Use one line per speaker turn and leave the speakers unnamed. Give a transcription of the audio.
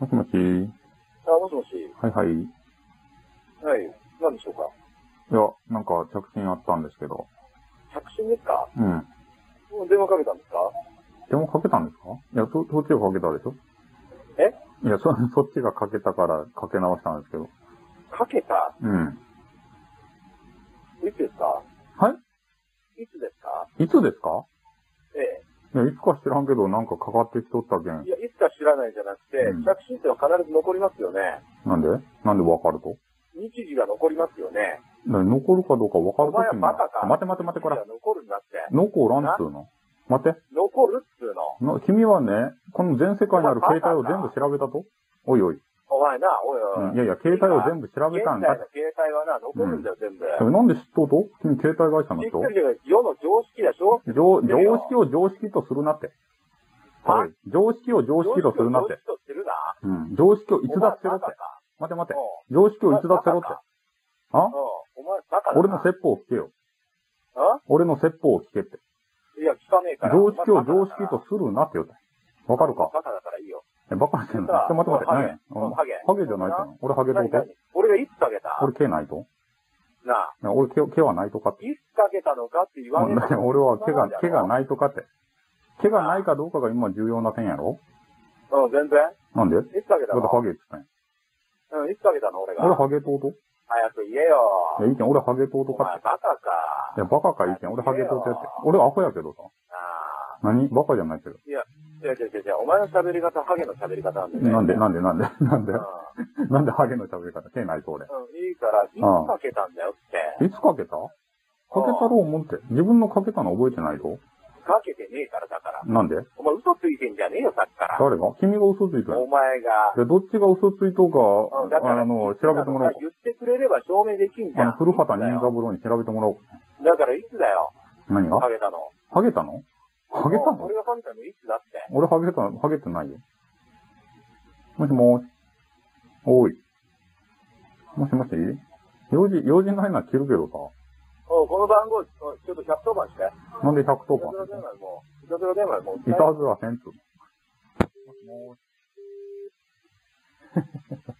もしもし。
あ、もしもし。
はいはい。い
はい。何でしょうか。
や、なんか着信あったんですけど。
着信ですか
うん。
もう電話かけたんですか
でもかけたんですかいや、そ、そっちがかけたでしょ
え
いや、そ、 そっちがかけたからかけ直したんですけど。
かけた
うん。
いつですか
はい
つですか
いいつですか
え
いや、いつか知らんけど、なんかかかってきとったけ
え。
ん
い。や、いつか知らないじゃなくて、
うん
着信ってのは必ず残りますよね。
なんでなんでわかると
日時が残りますよね。
な残るかどうかわかる
お
と
前は
きに。
バカか。
待て待て待て、これ
日。時が残るんだって。
残らんっつうの。待って。
残るっつうの。
な君はね、この全世界にある携帯を全部調べたとおいおい。
お前な、おい
うんい
おい。
やいや、携帯を全部調べ
現
た
在
ん
の
だ。
携帯はな、残るんだよ、全部。
でもなんで知っとうと君携帯会社の
知っ
人
てるけど、世の常識でしょ
常常識を常識とするなって。
は
おい常識を常識とするなっ
常
て。
識とするな。
うん常識を逸脱せろ
お前
って
バカ。か
待て待て。
う
常識を
ん
逸脱せろって。あ
うんお前バカだな
俺の説法を聞けよ。
あ
俺の説法を聞けって。
いや、聞かねえから。
常識を
お前
常
バカ
識
だから
とするなって言うて。わかるか
バカだからいいよ。
えバカしてんのち
それさ
ょ待て待て。
ハゲ
ねうん
うんハゲ
ハゲじゃないかな。俺ハゲどう
何
か
何俺がいつかけた
俺毛ないと
なあ、
ね俺毛毛はないとかって。
いつかけたのかって言わ
も
ね
う
え
だって
の
俺は毛が
そうなんだ、よ
毛がないとかって。毛がないかどうかが今重要な点やろ
うん、全然。
なんでだっ
いつかけ
て
たの
ハゲって言ったんや。
うん、いつかけたの俺が。
俺ハゲとうと
早く言えよ
い。や、意見俺ハゲとうと
お
か
前
って。
バカか。
いや、バカか意見俺ハゲとうとやって。俺アホやけどさ。
なあ
何バカじゃないけど。
違う違う違う違う。お前の喋り方、ハゲの喋り方なんだよね。
なんでなんで なんでなんで
うん、
なんでハゲの喋り方毛ないと俺。
うん、いいから、いつかけたんだよって。
いつかけたかけたろう思って。自分のかけたの覚えてないと
かけてねえからだから。
なんで
お前嘘ついてんじゃねえよ、さっきから。
誰が君が嘘ついてる
お前が。
で、どっちが嘘ついとう
うんだか
か、
ら
あの、調べてもらおうか。
言ってくれれば証明できんじ
あ
ゃ
の、
ん。
古畑任三郎に調べてもらおうか。
だからいつだよ、
何が
ハゲたの。
ハゲたのハゲた
もう
の
俺がハゲたのいつだって。
俺ハゲた、ハゲてないよ。もしもーし。おい。もしもし用事、用事ないなら切るけど
おうこの番号、おいちょっと110番して。
さ。なんで110
そ
番
電話もう、いたずら電話もう
い
使え、
たずらせんつうの。もしもーし。